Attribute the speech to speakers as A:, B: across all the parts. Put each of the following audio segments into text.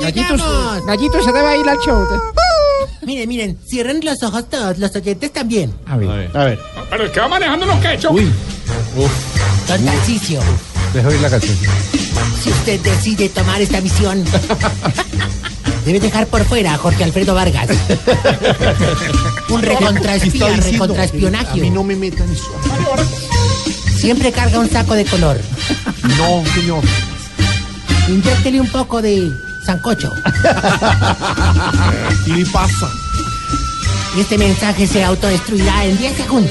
A: Gallitos, Gallitos se debe ir al show.
B: Miren, miren, cierren los ojos todos, los oyentes también.
A: A ver,
C: A ver.
A: a ver.
D: Ah, Pero el que va manejando los quechos.
C: Uy,
B: Don Tarcisio,
C: deja oír la canción.
B: si usted decide tomar esta misión, debe dejar por fuera a Jorge Alfredo Vargas. Un recontraespía,
C: A mí
B: recontraespionaje.
C: no me metan eso.
B: Siempre carga un saco de color.
C: No, señor.
B: Inyéctele un poco de sancocho.
C: ¿Qué le pasa?
B: Y este mensaje se autodestruirá en 10 segundos.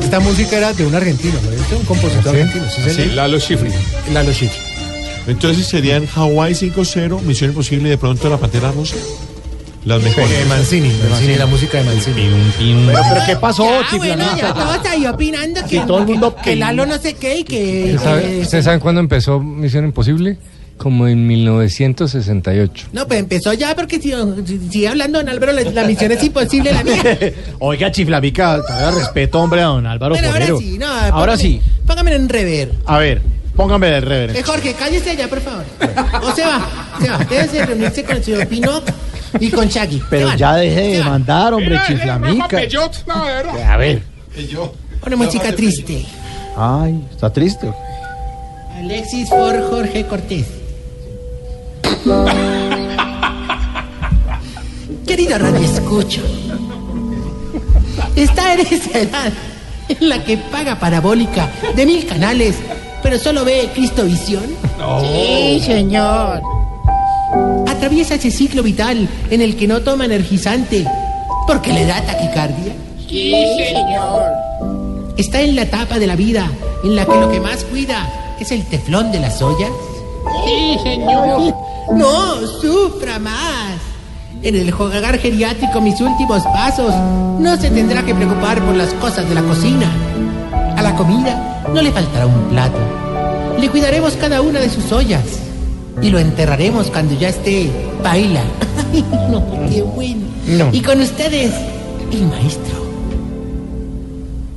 C: Esta música era de un argentino, ¿no? Este es un compositor argentino. Sí,
D: Sí,
C: señor.
D: Lalo Schifrin.
C: Lalo Schifrin.
E: Entonces serían Hawaii 5-0, Misión Imposible y de pronto la Pantera Rosa. Las
C: De
E: mejores.
C: Mancini, Mancini, la música de Mancini.
A: Pero, pero ¿qué pasó,
B: ah, bueno,
A: chiflanita?
B: ya todos ahí opinando que,
A: todo el mundo
B: que Lalo no sé qué y que... eh,
F: ¿Ustedes saben-
B: que-
F: ¿Ustedes saben cuándo empezó Misión Imposible? Como en 1968.
B: No, pues empezó ya porque si, si- sigue hablando don Álvaro, la, la misión es imposible, la mía.
A: Oiga, chiflamica, todavía respeto, hombre, a don Álvaro
B: Pero ahora
A: Forero.
B: sí, no.
A: Ahora
B: póngame-
A: sí.
B: Póngame en rever.
A: A ver, póngame de reverendo.
B: Eh, Jorge, cállese ya, por favor. O se va, se va. Déjese reunirse con el señor Pinot y con Shaggy. Se
A: Pero
B: van,
A: ya deje
B: se
A: de
B: van.
A: mandar, hombre,
D: Mira, era Rafa
A: chiflamica.
D: Pellot, no, de verdad.
A: A ver.
B: Una música triste.
A: Ay, está triste.
B: Alexis por Jorge Cortés. Querido Radio Escucho, está en esa edad en la que paga parabólica de mil canales, pero solo ve Cristo Visión. Sí, señor. Atraviesa ese ciclo vital en el que no toma energizante porque le da taquicardia. Está en la etapa de la vida en la que lo que más cuida es el teflón de las ollas. Sí, señor. No, sufra más. En el hogar geriátrico mis últimos pasos, no se tendrá que preocupar por las cosas de la cocina. A la comida no le faltará un plato. Le cuidaremos cada una de sus ollas y lo enterraremos cuando ya esté baila. Ay, no, qué bueno.
A: No.
B: Y con ustedes, el maestro.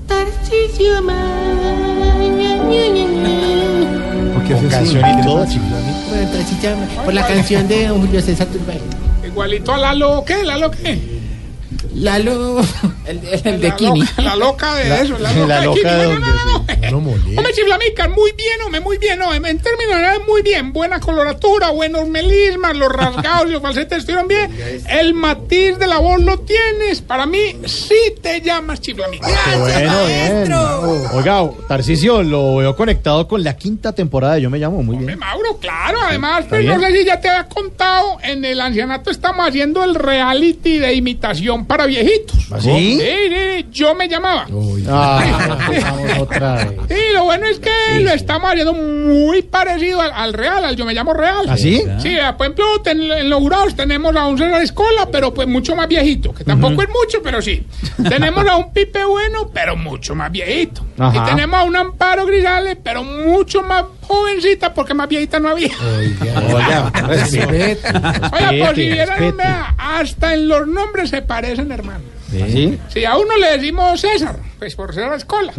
B: Tarcisio Bueno,
C: Porque hace canción y todo. Chiflamica.
B: Tarcisio Ma- por la canción de Julio César Turbay.
D: Igualito a Lalo, ¿qué? ¿Lalo qué?
B: Lalo, el, de
D: La loca- La loca de eso. La
C: la
D: loca de
C: loca de
D: Kimi. No,
C: donde
D: no, no,
C: se-
D: no,
C: no lo moleste.
D: no. Hombre, chiflamica, muy bien, hombre, muy bien. No, en términos generales, muy bien. Buena coloratura, buenos melismas, los rasgados, los falsetes estuvieron bien. El matiz de la voz lo tienes. Para mí, sí te llamas chiflamica.
A: Ah. Bueno, bien.
B: maestro.
A: Oiga, Tarcisio, lo veo conectado con la quinta temporada. de Yo me llamo muy
D: Eh,
A: bien.
D: Mauro, claro, además, pues,
A: bien.
D: no sé si ya te había contado, en el ancianato estamos haciendo el reality de imitación para viejitos.
A: ¿Ah, sí?
D: Sí, sí, yo me llamaba.
A: Ah, vamos otra vez.
D: Sí, lo bueno es que lo estamos haciendo muy parecido al, al real, al yo me llamo real.
A: ¿Ah, sí?
D: Sí, eh, por ejemplo, ten- en los jurados tenemos a un César Escola, pero pues mucho más viejito, que tampoco es mucho, pero sí. Tenemos a un Pipe Bueno, pero mucho más viejito.
A: Ajá.
D: Y tenemos a un Amparo Grisales, pero mucho más jovencita, porque más viejita no había.
C: Oiga, respeto.
D: Oiga, por
A: Eh,
D: si
A: Respete,
D: vieran,
A: respete.
D: vea, hasta en los nombres se parecen, hermano.
A: ¿Sí?
D: Si a uno le decimos César, pues por César Escola.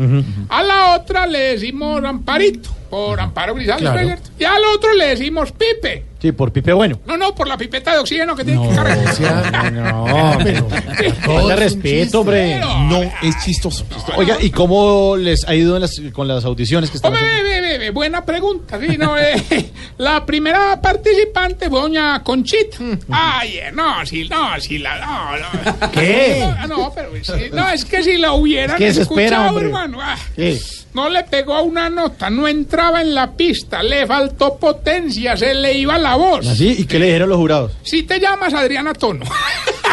D: A la otra le decimos Amparito, por Amparo Grisales, ¿no es cierto? Y al otro le decimos Pipe.
A: Sí, por Pipe Bueno.
D: No, no, por la pipeta de oxígeno que tiene que
C: O
D: cargar.
C: sea,
A: No, Ah, pero. Falta respeto, hombre.
D: Pero,
E: No es chistoso.
A: Oiga, ¿y cómo les ha ido en las- con las audiciones que están
D: Hombre,
A: haciendo?
D: ve, ve, ve, ve, buena pregunta. sí, no, eh, la primera participante fue doña Conchita. Ay, eh, no, si, no, si la. No, no.
A: ¿Qué?
D: No, no, pero si- no, es que si la hubieran
A: Es que se espera,
D: escuchado,
A: hombre.
D: hermano. ah,
A: ¿Qué?
D: No le pegó a una nota, no entraba en la pista, le faltó potencia, se le iba la voz.
A: ¿Así? ¿Y qué le dijeron los jurados?
D: Si te llamas Adriana Tono.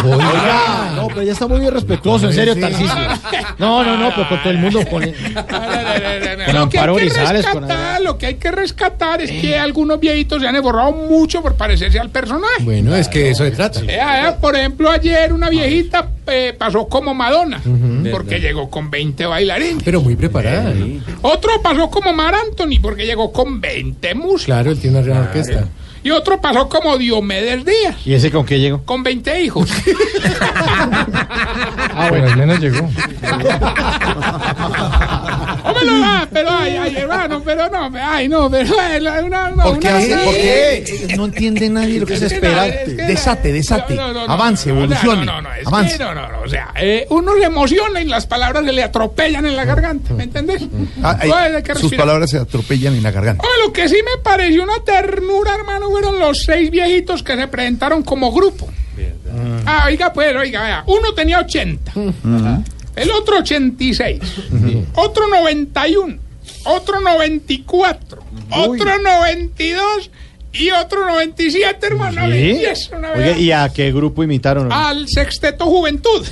A: Oiga, no, pero ya está muy bien respetuoso, en serio,
C: Sí.
A: Tarcisio. No, no, no, pero con todo el mundo pone. Con
D: lo que
A: Amparo
D: hay que
A: Grisales, con
D: rescatar,
A: Adriana.
D: lo que hay que rescatar
C: Eh.
D: es que algunos viejitos se han borrado mucho por parecerse al personaje.
C: Bueno, es que de eso se trata.
D: Vea, vea, por ejemplo, ayer una viejita eh, pasó como Madonna, porque llegó con 20 bailarines.
C: Pero muy preparada.
D: Otro pasó como Mar Anthony, porque llegó con 20 músicos.
C: Claro, él tiene una gran orquesta.
D: Y otro pasó como Diomedes Díaz,
A: ¿Y ese con qué llegó?
D: con 20 hijos.
G: Ah,
F: Ah, bueno, al menos llegó.
D: me lo da, pero ay, ay, hermano, pero no, ay, no, pero ay, la- una, una,
H: ¿Por qué
D: una-
H: hace?
D: sí.
H: ¿Por qué?
I: No entiende nadie lo que es
D: Es que no,
I: esperar.
D: es que no.
I: Desate, desate.
D: No, no, no, no,
I: Avance,
D: no, no,
I: evolucione.
D: No, no, no, es que
I: Avance.
D: no, no, no, o sea, eh, uno se emociona y las palabras se le atropellan en la garganta, ¿me entendés?
I: Mm.
H: Ah, ahí,
D: Entonces hay que
H: sus
D: respirar.
H: palabras se atropellan en la garganta.
D: Hombre, Ah, lo que sí me pareció una ternura, hermano, fueron los seis viejitos que se presentaron como grupo. Ah, oiga, pues, oiga, vea. Uno tenía 80, el otro 86, otro 91, otro 94, otro 92 y otro 97, hermano.
G: ¿Sí?
D: Y eso, una
G: Oye,
D: vez. Ah.
G: ¿y a qué grupo imitaron?
D: Al sexteto juventud.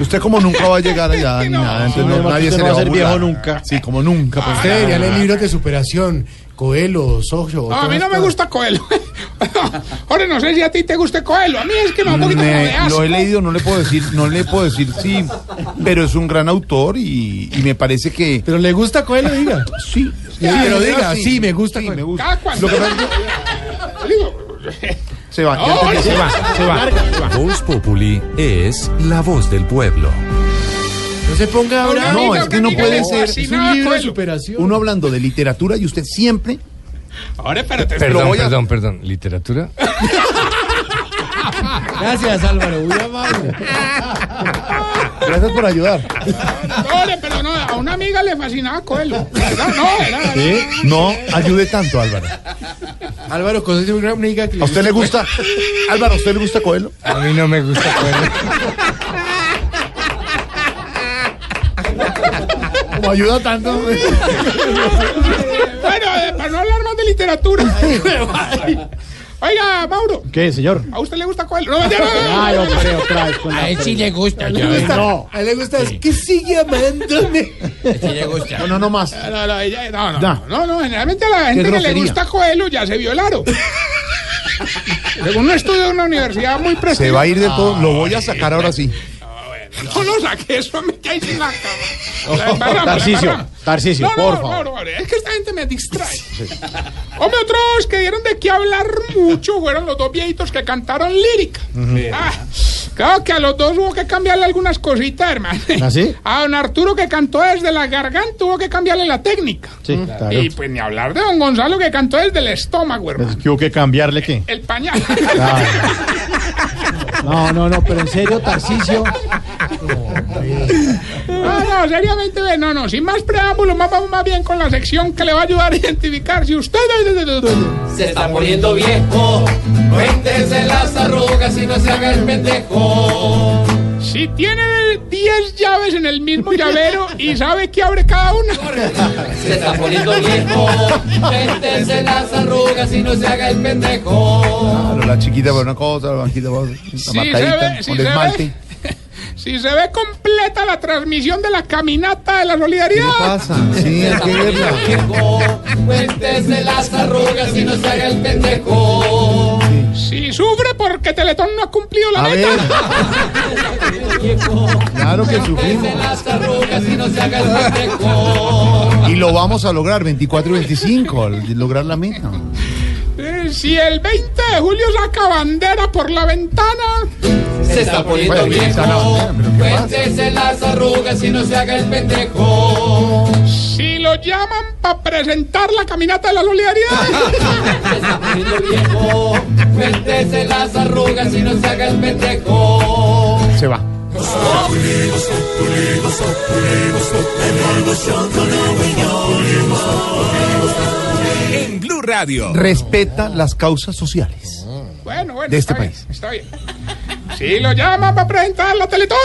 H: Usted como nunca va a llegar allá,
D: Es que
H: ni
D: no.
H: nada, entonces
G: Sí,
H: no,
G: además
H: nadie
G: usted
H: se
G: no va
H: le va
G: a
H: a
G: ser
H: burlar.
G: viejo nunca.
H: Sí, como nunca. pues,
C: Usted
H: usted
C: debería
H: ya le-
C: leer libros de superación. Coelho, Sojo.
H: Ah,
D: No, a mí no me gusta Coelho. Ahora no sé si a ti te gusta Coelho. A mí es que me da un poquito como de
H: Mm, Me-
D: asco.
H: lo he leído, no le puedo decir, no le puedo decir sí, pero es un gran autor y, y me parece que
C: Pero le gusta Coelho, diga.
H: sí.
C: pero diga, sí, me gusta
H: sí,
C: Coelho.
H: me gusta.
D: Cada cuando-
H: Lo que pasa es que- se va, ya
D: No,
H: entendí,
D: no.
H: se va.
J: Voz Populi es la voz del pueblo.
C: No se ponga
D: Una
C: bravo.
H: no,
D: amiga,
H: es que
D: una
H: no
D: amiga
H: puede
D: le
H: ser, es un
D: fascinaba
C: libro
D: Coelho.
C: superación.
H: Uno hablando de literatura y usted siempre
D: Ahora, pero te
H: Lo
F: Perdón,
H: voy a-
F: perdón, perdón. ¿Literatura?
C: Gracias, Álvaro. Muy amable.
H: Gracias por ayudar.
D: Ahora, pero no, a una amiga le fascinaba Coelho. No, no, era.
H: ¿Eh? No ayude tanto, Álvaro.
C: Álvaro, cosas de una amiga que
H: ¿A
C: le
H: usted le gusta? Álvaro, ¿a usted le gusta Coelho?
F: A mí no me gusta Coelho.
H: Como ayuda tanto.
D: Bueno, eh, para no hablar más de literatura. Oiga, Mauro,
G: ¿Qué, señor?
D: ¿a usted le gusta Coelho? No, mentira, no, no,
G: Ay,
D: no.
G: hombre, otra vez con la-
A: A él sí le gusta.
C: le gusta.
G: No.
C: A él le gusta. Es que sigue amándome.
A: Sí le gusta.
H: No, no, no más.
D: No, no, ella- no, no,
H: Ya.
D: no, no, generalmente a la gente que le
H: grosería.
D: gusta Coelho ya se violaron. Según un estudio de una universidad muy
H: Se
D: prestigiosa.
H: va a ir de todo. Lo voy a sacar ahora sí.
D: No lo saqué, eso me cae sin la cama. La embarramos, la
G: Tarcicio,
D: embarramos.
G: Tarcicio,
D: No, no,
G: Oh, por
D: no,
G: favor.
D: no, no, es que esta gente me distrae. Hombre, otros que dieron de qué hablar mucho fueron los dos viejitos que cantaron lírica. Ah, claro que a los dos hubo que cambiarle algunas cositas, hermano.
G: ¿Ah, sí?
D: A don Arturo que cantó desde la garganta hubo que cambiarle la técnica.
G: Sí, claro.
D: Y pues ni hablar de don Gonzalo que cantó desde el estómago, hermano.
G: Pues, ¿qué hubo que cambiarle qué?
D: El pañal.
G: No, no, no, pero en serio, Tarcicio.
D: Ah, No, no, seriamente, ve, no, no, sin más preámbulos, más vamos más bien con la sección que le va a ayudar a identificar si usted...
K: Se está poniendo viejo. Cuéntese las arrugas y no se haga el pendejo.
D: Si tiene 10 llaves en el mismo llavero y sabe que abre cada una.
K: Se está poniendo viejo. Cuéntese las arrugas y no se haga el pendejo.
H: Claro, la chiquita para una cosa, la banquita para otra. La
D: Sí, se
H: marcadita,
D: ve, sí
H: con
D: se
H: esmalte.
D: ve. Si se ve completa la transmisión de la caminata de la
H: ¿Qué
D: solidaridad.
H: pasa? Sí, hay que verla.
K: Viejo, Cuéntese las arrugas y no se haga el pendejo.
D: Si sufre porque Teletón no ha cumplido la
H: A ver.
D: meta.
H: Claro que
K: Cuéntese
H: sufrimos.
K: las arrugas y no se haga el pendejo.
H: Y lo vamos a lograr 24 y 25, al lograr la meta.
D: Eh, Si el 20 de julio saca bandera por la ventana.
K: Se está poniendo
H: Bueno, está
K: viejo.
H: la- pero ¿qué pasa?
K: Cuéntese las arrugas y no se haga el pendejo.
D: Si lo llaman para presentar la caminata de la solidaridad.
K: Siendo viejo, cuéntese las arrugas y no se haga el pendejo.
H: Se va.
J: En Blue Radio.
H: Respeta las causas sociales.
D: Bueno, bueno.
H: De este
D: está
H: país.
D: Bien, está bien. Si lo llaman para presentar la Teletón.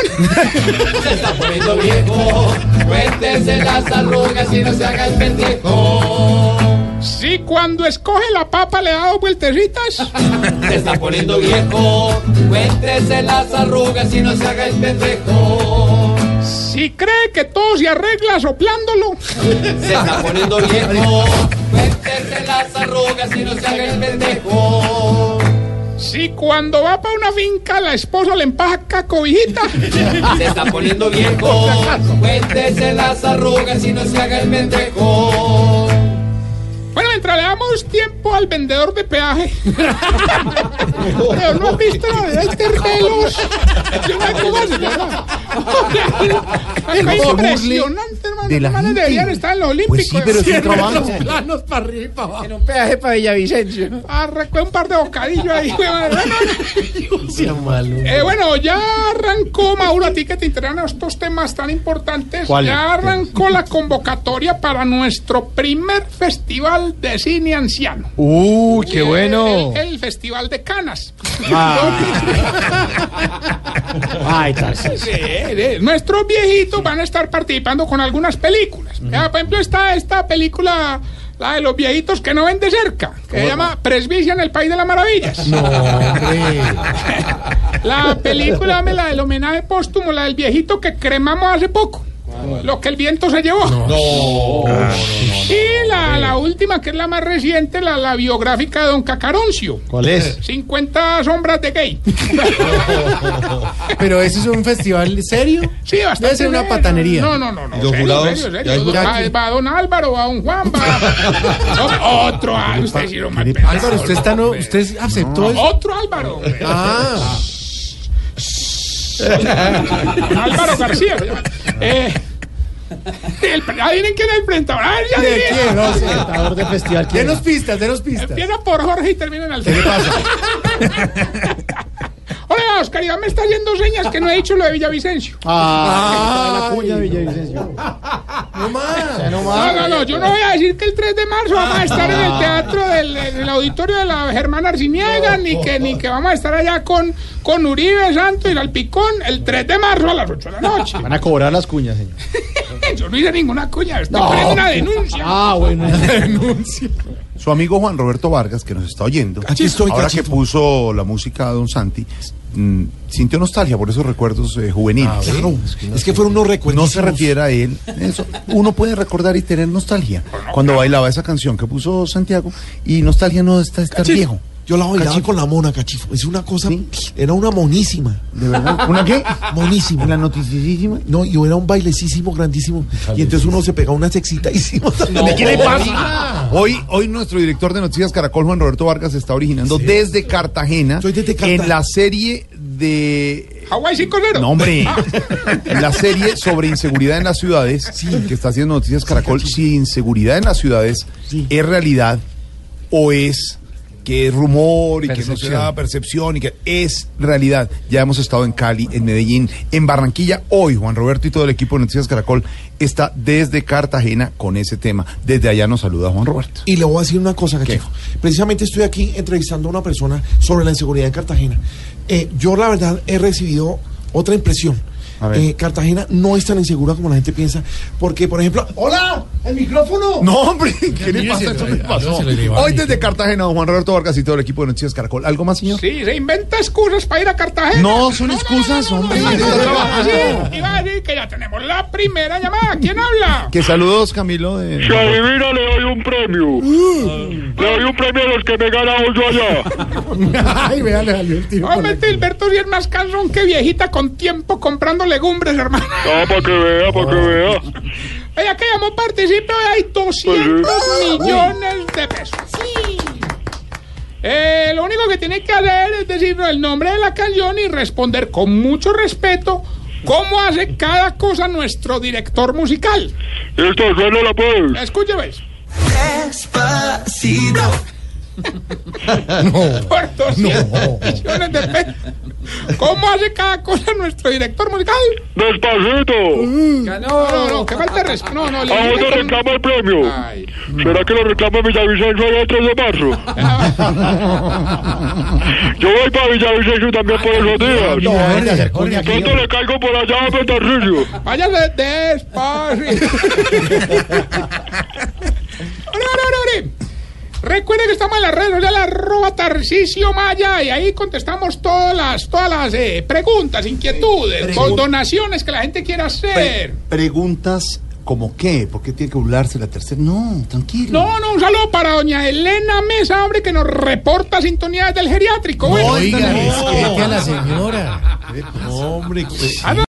K: Se está poniendo viejo, cuéntese las arrugas y no se haga el pendejo.
D: Si cuando escoge la papa le da dos vueltecitas.
K: Se está poniendo viejo, cuéntese las arrugas y no se haga el pendejo.
D: Si cree que todo se arregla soplándolo.
K: Se está poniendo viejo, cuéntese las arrugas y no se haga el pendejo.
D: Si cuando va para una finca la esposa le empaja cacovijita.
K: Se está poniendo viejo, cuéntese las arrugas y no se haga el pendejo.
D: Bueno, mientras le damos tiempo al vendedor de peaje. Pero no has visto la de este pelos. Yo no sé cómo se llama. Es
H: No se burle
D: impresionante, hermano.
H: de la
D: Los manes
H: gente.
D: deberían estar en los Olímpicos.
H: Pues sí, pero es un trabajo.
B: planos para arriba y para abajo.
K: un peaje para Villavicencio.
D: Arrancó un par de bocadillos ahí, güey. Eh, bueno, ya arrancó, Mauro, a ti que te interesan estos temas tan importantes.
G: ¿Cuál?
D: Ya arrancó la convocatoria para nuestro primer festival de cine anciano.
G: Uy, qué bueno.
D: El, el Festival de Canas.
G: Ah. Ay, Tarcisio.
D: Eh, eh, Nuestros viejitos van a estar participando con algunas películas. Ya, por ejemplo, está esta película, la de los viejitos que no ven de cerca, que se llama Presbicia en el País de las Maravillas.
G: No, hombre.
D: La película me la del homenaje póstumo, la del viejito que cremamos hace poco. Lo que el viento se llevó.
G: Ah,
D: y la, la última, que es la más reciente, la, la biográfica de Don Cacaroncio.
G: ¿Cuál es?
D: 50 sombras de gay.
G: Pero ese es un festival serio.
D: Sí, bastante.
G: Debe ser una
D: bien.
G: patanería.
D: No, no, no. no
E: ¿Y los
D: serio,
E: jurados?
D: serio, serio.
E: ¿Ya hay
D: Va,
E: jurados?
D: va don Álvaro, va don Juan, va. No, otro Álvaro. Usted sí lo mal pensado,
G: Álvaro, usted está no, usted aceptó eso.
D: Otro Álvaro. hombre.
G: Ah,
D: Álvaro García. se llama. Eh, el, adivinen quién es el presentador. Ah, ya
G: ¿de
D: adivinen.
G: quién? No sé.
A: Presentador de festival. ¿quién?
G: Denos pistas, denos pistas.
D: Empieza por Jorge y termina en Alfredo. ¿Qué pasa? Hola, Oscar, ya me está haciendo señas que no he dicho lo de Villavicencio.
G: Ah,
A: Ay, no.
G: no más.
D: No, no, no, yo no voy a decir que el 3 de marzo vamos a estar en el teatro del, en el auditorio de la Germán Arciniega, ni que ni que vamos a estar allá con, con Uribe, Santo y Alpicón el 3 de marzo a las 8 de la noche.
G: Van a cobrar las cuñas, señor.
D: Yo no hice ninguna cuña, estoy poniendo una denuncia.
G: Ah, bueno.
H: Su amigo Juan Roberto Vargas, que nos está oyendo,
E: Aquí estoy,
H: ahora
E: Cachito.
H: que puso la música a Don Santi, mm, sintió nostalgia por esos recuerdos eh, juveniles.
E: Ah, Claro, Pues es que fueron unos recuerdos.
H: No se refiere a él. Eso, uno puede recordar y tener nostalgia. Cuando bailaba esa canción que puso Santiago, y nostalgia no está estar viejo.
E: Yo la bailaba con la mona, cachifo. Es una cosa. Era una monísima.
H: ¿De verdad? ¿Una qué?
E: Monísima.
H: ¿La noticisísima?
E: No, yo era un bailecísimo grandísimo. Y entonces uno se pega unas excitadísimas. ¿De qué le
H: Hoy, hoy nuestro director de Noticias Caracol, Juan Roberto Vargas, se está originando desde Cartagena.
E: Soy desde Cartagena.
H: En la serie de.
D: Hawái 5-0.
H: No, hombre. En la serie sobre inseguridad en las ciudades, que está haciendo Noticias Caracol, si inseguridad en las ciudades es realidad o es que es rumor y que no se
F: Percepción.
H: da percepción y que es realidad. Ya hemos estado en Cali, en Medellín, en Barranquilla. Hoy Juan Roberto y todo el equipo de Noticias Caracol está desde Cartagena con ese tema. Desde allá nos saluda Juan Roberto.
E: Y le voy a decir una cosa, Cachifo. Precisamente estoy aquí entrevistando a una persona sobre la inseguridad en Cartagena. Eh, yo, la verdad, he recibido otra impresión.
H: A ver.
E: Eh, Cartagena no es tan insegura como la gente piensa. Porque, por ejemplo. ¡Hola! ¡El micrófono!
H: No, hombre, ¿qué le pasa? Eso le pasó. Hoy desde Cartagena, don Juan Roberto Vargas y todo el equipo de Noticias Caracol. ¿Algo más, señor?
D: Sí, se inventa excusas para ir a Cartagena.
H: No, son excusas, hombre.
D: Iba a
H: Está
D: decir-
H: trabajando.
D: iba a decir que ya tenemos la primera llamada. ¿Quién habla?
H: Que saludos, Camilo. de- Uh.
I: adivina, le doy un premio. Le doy un premio a los que me ganaron yo allá.
G: Ay, vea, le salió el tiro.
D: Hombre, Gilberto sí es más cansón que viejita con tiempo comprando legumbres, hermano.
I: Ah, para que vea, para que vea.
D: Oiga, que llamó participe, hoy hay 200
I: Pues
D: millones de pesos. Eh, lo único que tiene que hacer es decirnos el nombre de la canción y responder con mucho respeto cómo hace cada cosa nuestro director musical. pues.
I: Esto pues. suena la voz.
D: Escúchame. Despacito. Por 200 millones de pesos. ¿Cómo hace cada cosa nuestro director musical? Mm.
I: Despacito.
D: No, no, no, que falta de respeto. No, no, le
I: ¿A
D: dije
I: dónde
D: con-
I: reclama el premio?
D: Ay.
I: ¿Será que lo reclama Villavicencio allá el 3 de marzo? Yo voy para Villavicencio también por esos días. Pronto le caigo por allá a Petarrillo.
D: Váyase despacio. ore, ore, ore, ore. Recuerden que estamos en las redes sociales arroba Tarcisio Maya y ahí contestamos todas las, todas las eh, preguntas, inquietudes, con donaciones que la gente quiera hacer.
H: Preguntas como qué, por qué tiene que burlarse la tercera. No, tranquilo.
D: No, no, un saludo para doña Elena Mesa, hombre, que nos reporta sintonía del geriátrico. Bueno.
G: Oiga, respete a la señora.
E: Hombre, qué-
G: pues,
D: Ah, no,